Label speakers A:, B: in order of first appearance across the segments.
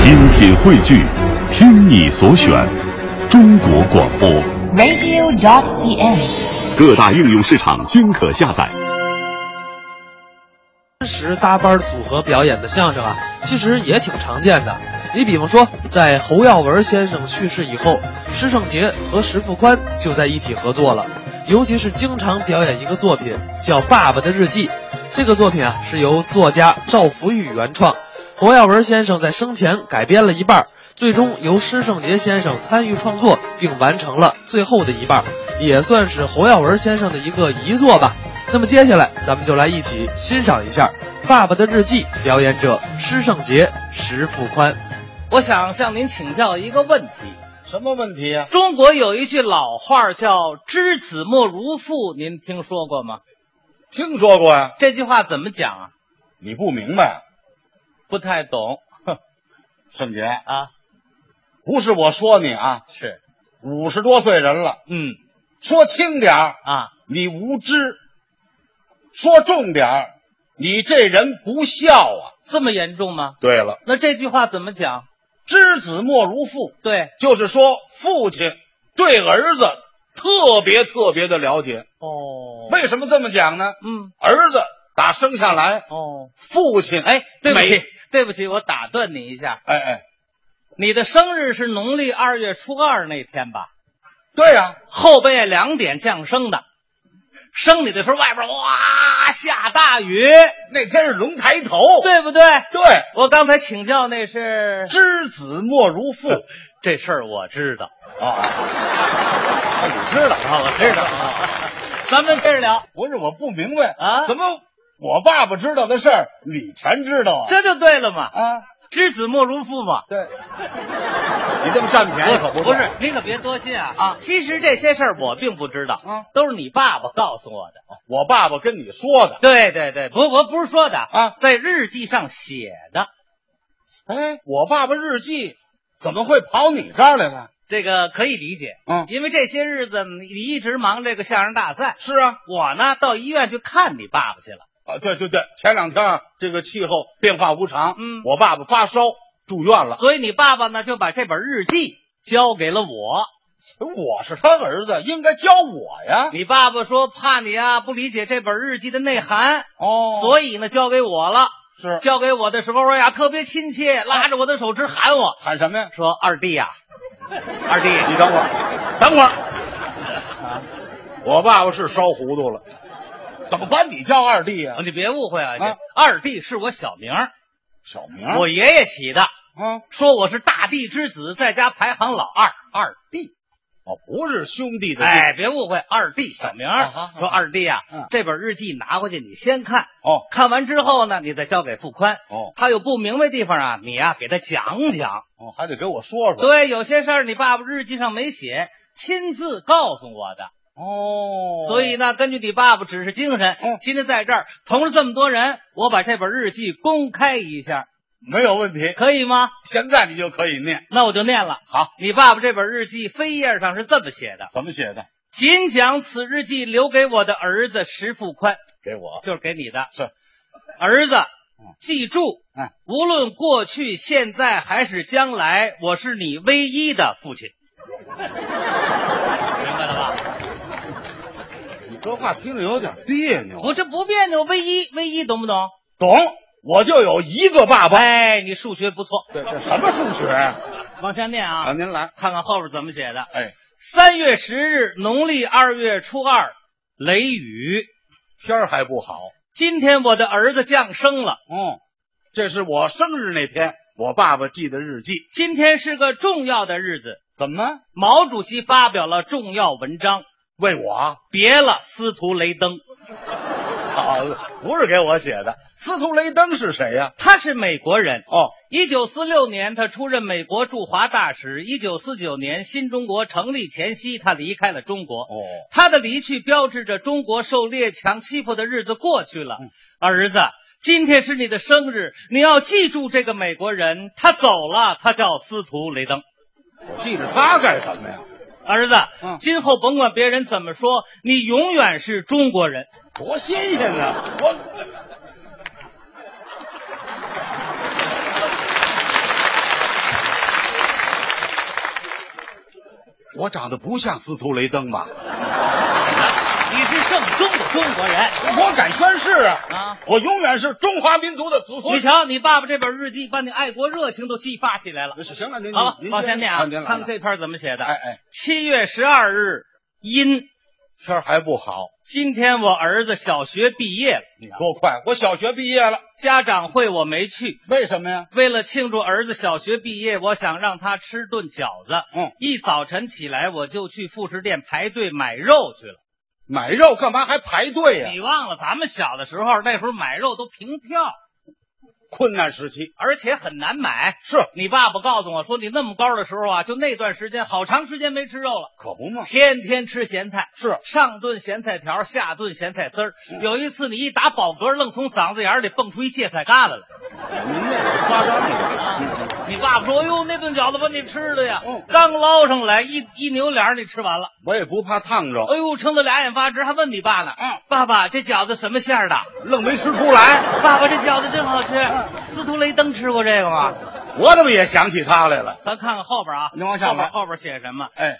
A: 精品汇聚，听你所选，中国广播。
B: radio.cn。
A: 各大应用市场均可下载。
C: 真实搭班组合表演的相声啊，其实也挺常见的。你比方说，在侯耀文先生去世以后，施圣杰和石富宽就在一起合作了，尤其是经常表演一个作品叫《爸爸的日记》。这个作品啊，是由作家赵福玉原创，侯耀文先生在生前改编了一半儿，最终由施圣杰先生参与创作，并完成了最后的一半儿，也算是侯耀文先生的一个遗作吧。那么接下来，咱们就来一起欣赏一下《爸爸的日记》，表演者施圣杰、石富宽。
D: 我想向您请教一个问题。
E: 什么问题呀、
D: 中国有一句老话叫“知子莫如父”，您听说过吗？
E: 听说过呀、
D: 这句话怎么讲啊？
E: 你不明白，
D: 不太懂
E: 圣杰，
D: 啊。
E: 不是我说你啊，
D: 是，
E: 五十多岁人了，
D: 嗯
E: 说轻点儿，
D: 啊，
E: 你无知；说重点儿，你这人不孝啊。
D: 这么严重吗？
E: 对了，
D: 那这句话怎么讲？
E: 知子莫如父，
D: 对，
E: 就是说父亲对儿子特别特别的了解。
D: 哦
E: 为什么这么讲呢？
D: 嗯，
E: 儿子打生下来，
D: 哦，
E: 父亲
D: 哎，对不
E: 每
D: 起，对不起，我打断你一下。
E: 哎哎，
D: 你的生日是农历二月初二那天吧？
E: 对呀、
D: 后半夜两点降生的，生你的时候外边哇下大雨，
E: 那天是龙抬头。
D: 对不对？
E: 对。
D: 我刚才请教那是
E: 知子莫如 父
D: 这事儿我知道，
E: 啊！你知道
D: 啊，我知道啊。咱们接着聊，
E: 不是我不明白
D: 啊
E: 怎么我爸爸知道的事儿你全知道啊？
D: 这就对了嘛，
E: 啊，
D: 知子莫如父嘛。
E: 对，你这么占便宜可
D: 不
E: 不
D: 是，你可别多心啊啊
E: 啊
D: 其实这些事儿我并不知道，
E: 嗯
D: 都是你爸爸告诉我的。
E: 我爸爸跟你说的。
D: 对对对，不，我不是说的
E: 啊
D: 在日记上写的。
E: 哎，我爸爸日记怎么会跑你这儿来了？
D: 这个可以理解，
E: 嗯
D: 因为这些日子你一直忙这个相声大赛，
E: 是啊，
D: 我呢到医院去看你爸爸去了。
E: 啊，对对对，前两天啊这个气候变化无常，
D: 嗯
E: 我爸爸发烧住院了。
D: 所以你爸爸呢就把这本日记交给了我。
E: 我是他儿子，应该教我 呀。
D: 你爸爸说怕你啊不理解这本日记的内涵，
E: 哦嗯
D: 所以呢交给我了。
E: 是
D: 交给我的时候哎呀，特别亲切，拉着我的手指喊我
E: 喊什么呀？
D: 说：“二弟啊呀、二弟，
E: 你等会儿，等会儿。我爸爸是烧糊涂了，怎么管你叫二弟呀、
D: 你别误会啊，
E: 啊
D: 二弟是我小名儿，
E: 小名
D: 我爷爷起的，
E: 啊，
D: 说我是大地之子，在家排行老二，二弟。
E: 哦，不是兄弟的弟。
D: 哎，别误会，二弟小名儿
E: 啊好好
D: 说二弟呀、
E: 嗯
D: 这本日记拿回去你先看，
E: 哦
D: 看完之后呢，你再交给付宽。
E: 哦
D: 他有不明白地方啊，你呀、给他讲讲。
E: 哦，还得给我说说。
D: 对，有些事儿你爸爸日记上没写，亲自告诉我的。
E: 哦，
D: 所以呢，根据你爸爸指示精神，
E: 嗯
D: 今天在这儿同着这么多人，我把这本日记公开一下，
E: 没有问题，
D: 可以吗？
E: 现在你就可以念。
D: 那我就念了。
E: 好，
D: 你爸爸这本日记扉页上是这么写的：
E: 怎么写的？
D: 仅讲此日记留给我的儿子石富宽。
E: 给我。
D: 就是给你的。
E: 是，
D: 儿子，记住，
E: 嗯
D: 无论过去、现在还是将来，我是你唯一的父 亲。明白了吧？
E: 你这话听着有点别扭。
D: 我这不别扭，唯一，唯一，懂不懂？
E: 懂，我就有一个爸爸。
D: 哎，你数学不错，
E: 这这什么数学啊？
D: 往下念
E: 啊，
D: 啊，
E: 您来。
D: 看看后边怎么写的。
E: 哎，
D: 三月十日，农历二月初二，雷雨。
E: 天儿还不好。
D: 今天我的儿子降生了，
E: 嗯，这是我生日那天，我爸爸记的日记。
D: 今天是个重要的日子，
E: 怎么？
D: 毛主席发表了重要文章。
E: 为我啊？
D: 别了，司徒雷登，
E: 好，不是给我写的。司徒雷登是谁呀、
D: 他是美国人。
E: 哦，
D: 一九四六年，他出任美国驻华大使。一九四九年，新中国成立前夕，他离开了中国。
E: 哦，
D: 他的离去标志着中国受列强欺负的日子过去了。
E: 嗯
D: 儿子，今天是你的生日，你要记住这个美国人。他走了，他叫司徒雷登。
E: 我记着他干什么呀？
D: 儿子，
E: 嗯
D: 今后甭管别人怎么说，你永远是中国人。
E: 多新鲜呢！我我长得不像司徒雷登吧？
D: 你是正宗的中国人。
E: 我敢宣誓啊！
D: 啊
E: 我永远是中华民族的子孙
D: 你。瞧，你爸爸这本日记把你爱国热情都激发起来了。
E: 行了，您
D: 好了，
E: 您
D: 往前念啊，
E: 您
D: 看
E: 来
D: 看这篇怎么写的。
E: 哎哎，
D: 七月十二日，阴。
E: 天儿还不好，
D: 今天我儿子小学毕业了，
E: 你多快！我小学毕业了，
D: 家长会我没去。
E: 为什么呀？
D: 为了庆祝儿子小学毕业，我想让他吃顿饺子。
E: 嗯，
D: 一早晨起来我就去副食店排队买肉去了。
E: 买肉干嘛还排队呀、
D: 你忘了咱们小的时候，那时候买肉都凭票，
E: 困难时期
D: 而且很难买。
E: 是
D: 你爸爸告诉我说，你那么高的时候啊，就那段时间好长时间没吃肉了，
E: 可不嘛？
D: 天天吃咸菜，
E: 是嗯
D: 上顿咸菜条，下顿咸菜丝儿。有一次你一打饱嗝，愣从嗓子眼里蹦出一芥菜疙瘩来。
E: 您那是夸张了嗯，嗯
D: 你爸爸说：“哎呦，那顿饺子把你吃的呀
E: 嗯，
D: 刚捞上来一一扭脸儿，你吃完了。
E: 我也不怕烫着，
D: 哎呦，撑得俩眼发直，还问你爸呢。
E: 嗯，
D: 爸爸，这饺子什么馅儿的？
E: 愣没吃出来。嗯
D: 爸爸，这饺子真好吃。司徒雷登吃过这个吗？
E: 我怎么也想起他来了？
D: 咱看看后边啊，
E: 您往下
D: 后边
E: 翻
D: 后边写什么？
E: 哎，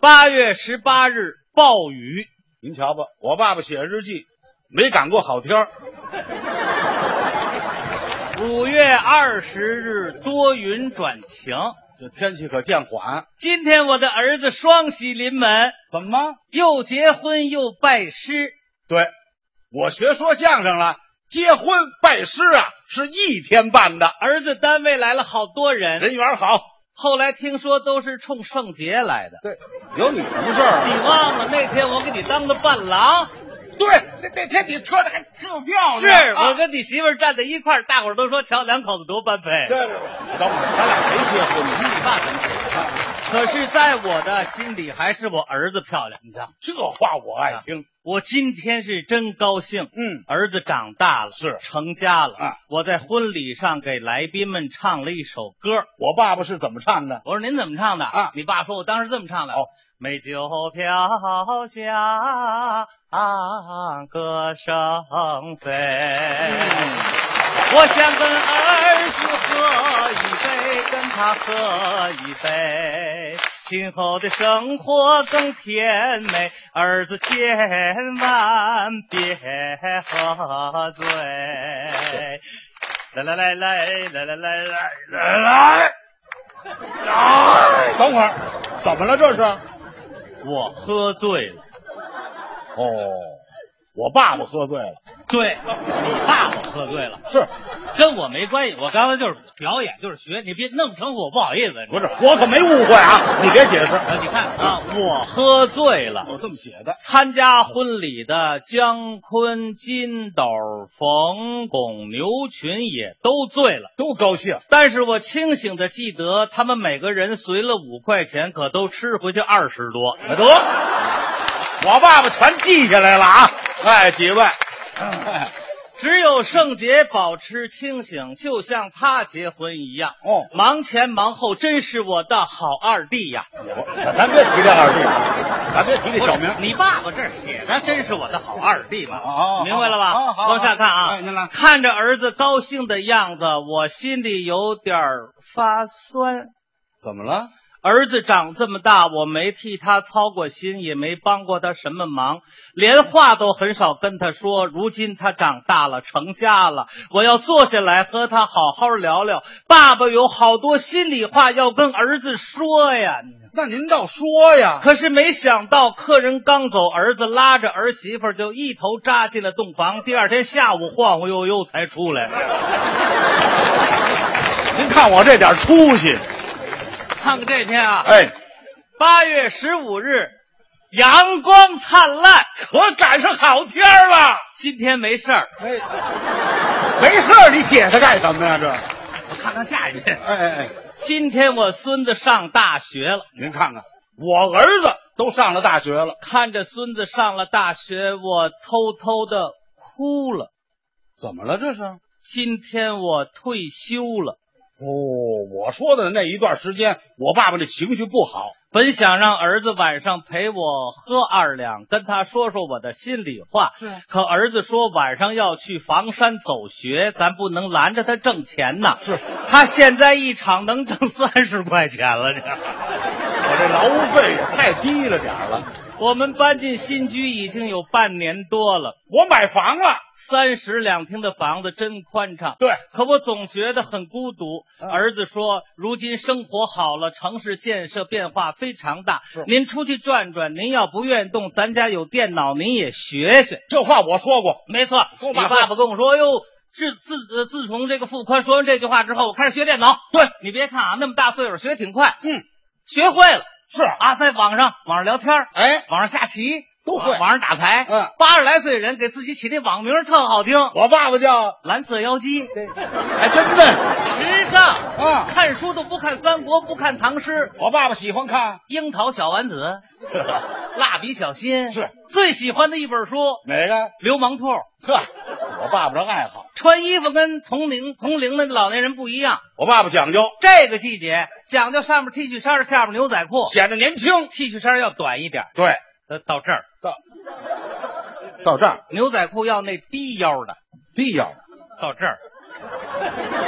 D: 八月十八日暴雨，
E: 您瞧吧，我爸爸写日记没赶过好天儿，
D: 五月二十日多云转晴。
E: 这天气可见缓。
D: 今天我的儿子双喜临门，
E: 怎么？
D: 又结婚又拜师。
E: 对，我学说相声了，结婚拜师啊是一天办的，
D: 儿子单位来了好多人，
E: 人缘好。
D: 后来听说都是冲圣杰来的。
E: 对，有你什么事儿
D: 你
E: 啊？
D: 忘了那天我给你当的伴郎？
E: 对，那那天你穿的还挺漂亮。
D: 是
E: 啊
D: 我跟你媳妇儿站在一块儿，大伙儿都说瞧两口子多般配。
E: 对，等会儿咱俩谁结婚呢？
D: 你爸怎么写的可是，在我的心里还是我儿子漂亮。你瞧，
E: 这话我爱听。
D: 我今天是真高兴，
E: 啊嗯，
D: 儿子长大了，
E: 是
D: 成家了。
E: 啊
D: 我在婚礼上给来宾们唱了一首歌。
E: 我爸爸是怎么唱的？
D: 我说您怎么唱的？
E: 啊
D: 你爸说我当时这么唱的。
E: 哦
D: 美酒飘香，歌声飞。
E: 嗯
D: 我想跟儿子喝一杯，跟他喝一杯，今后的生活更甜美。儿子千万别喝醉。来来来来来来来来来来。
E: 哎，等会儿，怎么了这是？
D: 我喝醉了。
E: 哦，我爸爸喝醉了。
D: 对，你爸爸喝醉了，
E: 是，
D: 跟我没关系。我刚才就是表演，就是学，你别弄成我不好意思。
E: 不是？我可没误会啊，你别解释。
D: 啊，你看啊，我喝醉了。
E: 我这么写的。
D: 参加婚礼的姜昆、金斗、冯巩、牛群也都醉了，
E: 都高兴，
D: 但是我清醒的记得，他们每个人随了五块钱，可都吃回去二十多。
E: 得，我爸爸全记下来了啊！哎，几位，
D: 只有圣洁保持清醒，就像他结婚一样。
E: 哦，
D: 忙前忙后，真是我的好二弟呀！
E: 咱别提这二弟了，咱别提这小名。
D: 你爸爸这儿写的真是我的好二弟嘛？
E: 哦哦
D: 明白了吧？
E: 好好好
D: 往下看啊，
E: 哎您来
D: 看着儿子高兴的样子，我心里有点儿发酸。
E: 怎么了？
D: 儿子长这么大，我没替他操过心，也没帮过他什么忙，连话都很少跟他说。如今他长大了，成家了，我要坐下来和他好好聊聊。爸爸有好多心里话要跟儿子说呀。
E: 那您倒说呀！
D: 可是没想到，客人刚走，儿子拉着儿媳妇儿就一头扎进了洞房。第二天下午晃晃悠悠才出来。
E: 您看我这点出息，
D: 看看这天啊，
E: 哎，
D: 八月十五日，阳光灿烂。
E: 可赶上好天儿了。
D: 今天没事儿，
E: 哎，没事儿，你写它干什么呀？这，
D: 我看看下一篇。
E: 哎哎哎，
D: 今天我孙子上大学了，
E: 您看看，我儿子都上了大学了，
D: 看着孙子上了大学，我偷偷的哭了。
E: 哦怎么了？这是？
D: 今天我退休了，
E: 哦，我说的那一段时间，我爸爸这情绪不好，
D: 本想让儿子晚上陪我喝二两，跟他说说我的心里话。
E: 是
D: 可儿子说晚上要去房山走学，咱不能拦着他挣钱呐。
E: 是
D: 他现在一场能挣三十块钱了，这。
E: 我这劳务费也太低了点儿了。
D: 我们搬进新居已经有半年多了，
E: 我买房了，
D: 三室两厅的房子真宽敞。
E: 对，
D: 可我总觉得很孤独。
E: 啊
D: 儿子说，如今生活好了，城市建设变化非常大
E: 是。
D: 您出去转转，您要不愿动，咱家有电脑，您也学学。
E: 这话我说过。
D: 没错，
E: 跟
D: 你
E: 我爸
D: 爸
E: 说
D: 爸跟我说，哟，自自呃自从这个傅宽说完这句话之后，我开始学电脑。对，你别看啊，那么大岁数学挺快，
E: 嗯，
D: 学会了
E: 是啊，
D: 啊，在网上网上聊天儿，
E: 哎，
D: 网上下棋啊
E: 都会
D: 网上打牌。
E: 嗯
D: 八十来岁人给自己起那网名儿特好听，
E: 我爸爸叫，
D: 蓝色妖姬，
E: 还真笨
D: 时尚。
E: 啊。
D: 看书都不看三国，不看唐诗，
E: 我爸爸喜欢 看
D: 樱桃小丸子， 蜡笔小新
E: 是
D: 最喜欢的一本书《
E: 哪个？
D: 流氓兔》。
E: 呵，我爸爸这爱好，
D: 穿衣服跟同龄同龄的老年人不一样，
E: 我爸爸讲究，
D: 这个季节讲究上面 T 恤衫，下面牛仔裤
E: 显得年轻。
D: ，T 恤衫要短一点，
E: 对，
D: 呃，到这儿，
E: 到到这儿
D: 牛仔裤要那低腰的，
E: 低腰，
D: 到这儿，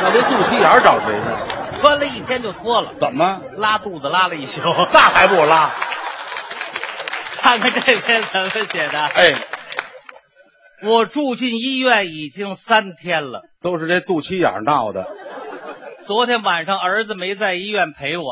E: 那这肚脐眼儿找谁呢？
D: 穿了一天就脱了，
E: 怎么？哦
D: 拉肚子拉了一宿。
E: 那还不拉？
D: 看看这篇怎么写的。
E: 哎，
D: 我住进医院已经三天了，
E: 都是这肚脐眼儿闹的。
D: 昨天晚上儿子没在医院陪我，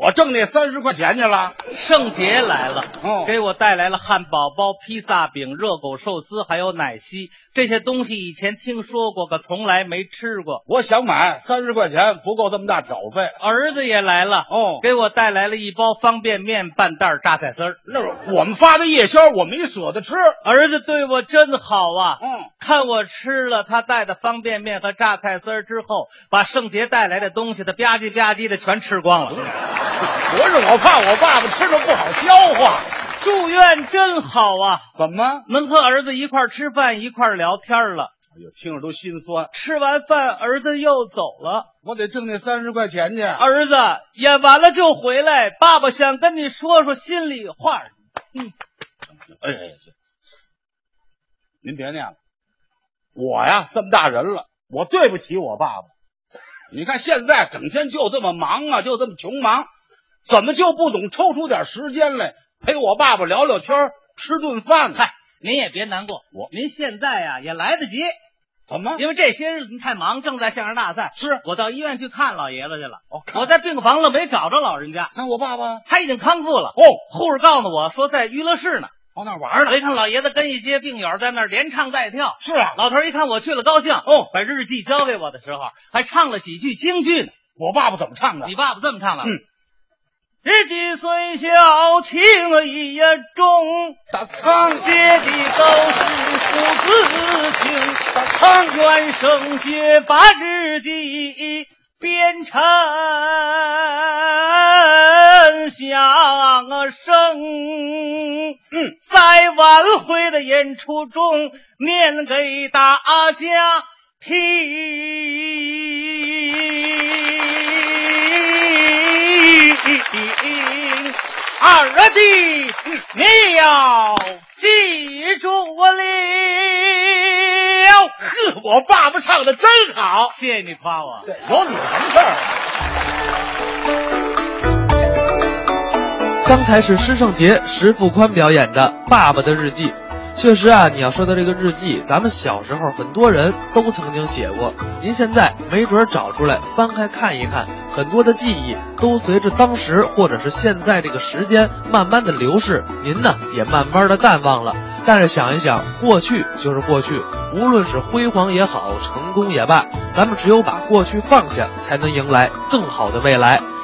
E: 我挣那三十块钱去了。
D: 圣杰来了，
E: 哦
D: 给我带来了汉堡包、披萨饼、热狗寿司，还有奶昔这些东西，以前听说过，可从来没吃过。
E: 我想买三十块钱不够这么大挑费。
D: 儿子也来了，
E: 哦
D: 给我带来了一包方便面、半袋榨菜丝儿。
E: 那是我们发的夜宵，我没舍得吃。
D: 儿子对我真好啊！
E: 嗯，
D: 看我吃了他带的方便面和榨菜丝儿之后，把圣杰带来的东西，他吧唧吧唧的全吃光
E: 哦
D: 了。
E: 不是我怕我爸爸吃的不好消化。
D: 住院真好啊，
E: 怎么？
D: 能和儿子一块儿吃饭，一块儿聊天儿了。
E: 哎呦，听着都心酸。
D: 吃完饭，儿子又走了。
E: 我得挣那三十块钱去。
D: 儿子演完了就回来，爸爸想跟你说说心里话。
E: 哎哎，哎您别念了，我呀这么大人了，我对不起我爸爸。你看现在整天就这么忙啊，就这么穷忙，怎么就不懂抽出点时间来陪我爸爸聊聊天儿、吃顿饭呢？
D: 嗨，您也别难过，
E: 我
D: 您现在呀、也来得及，
E: 怎么？
D: 因为这些日子您太忙，正在相声大赛。
E: 是
D: 我到医院去看老爷子去了，
E: 哦看
D: 我在病房了没找着老人家，
E: 那我爸爸
D: 他已经康复了。
E: 哦
D: 护士告诉我说在娱乐室呢，
E: 跑哪玩
D: 而
E: 呢？
D: 我一看老爷子跟一些病友在那儿连唱带跳。
E: 是啊，
D: 老头儿一看我去了，高兴
E: 哦
D: 把日记交给我的时候，还唱了几句京剧呢。
E: 我爸爸怎么唱的？
D: 你爸爸这么唱的：
E: 嗯
D: 日记虽小，情意也重，
E: 打苍
D: 写的都是父子情。
E: 打苍蝇，
D: 愿圣洁把日记变成响声，
E: 嗯，
D: 在晚会的演出中念给大家听。二弟，你要记住我了。
E: 呵，我爸爸唱的真好。
D: 谢谢你夸我。
E: 对有你什么事儿啊？
C: 刚才是施圣杰、石富宽表演的《爸爸的日记》。确实啊，你要说到这个日记，咱们小时候很多人都曾经写过。您现在没准儿找出来翻开看一看，很多的记忆都随着当时或者是现在这个时间慢慢的流逝，您呢也慢慢的淡忘了。但是想一想，过去就是过去，无论是辉煌也好，成功也罢，咱们只有把过去放下，才能迎来更好的未来。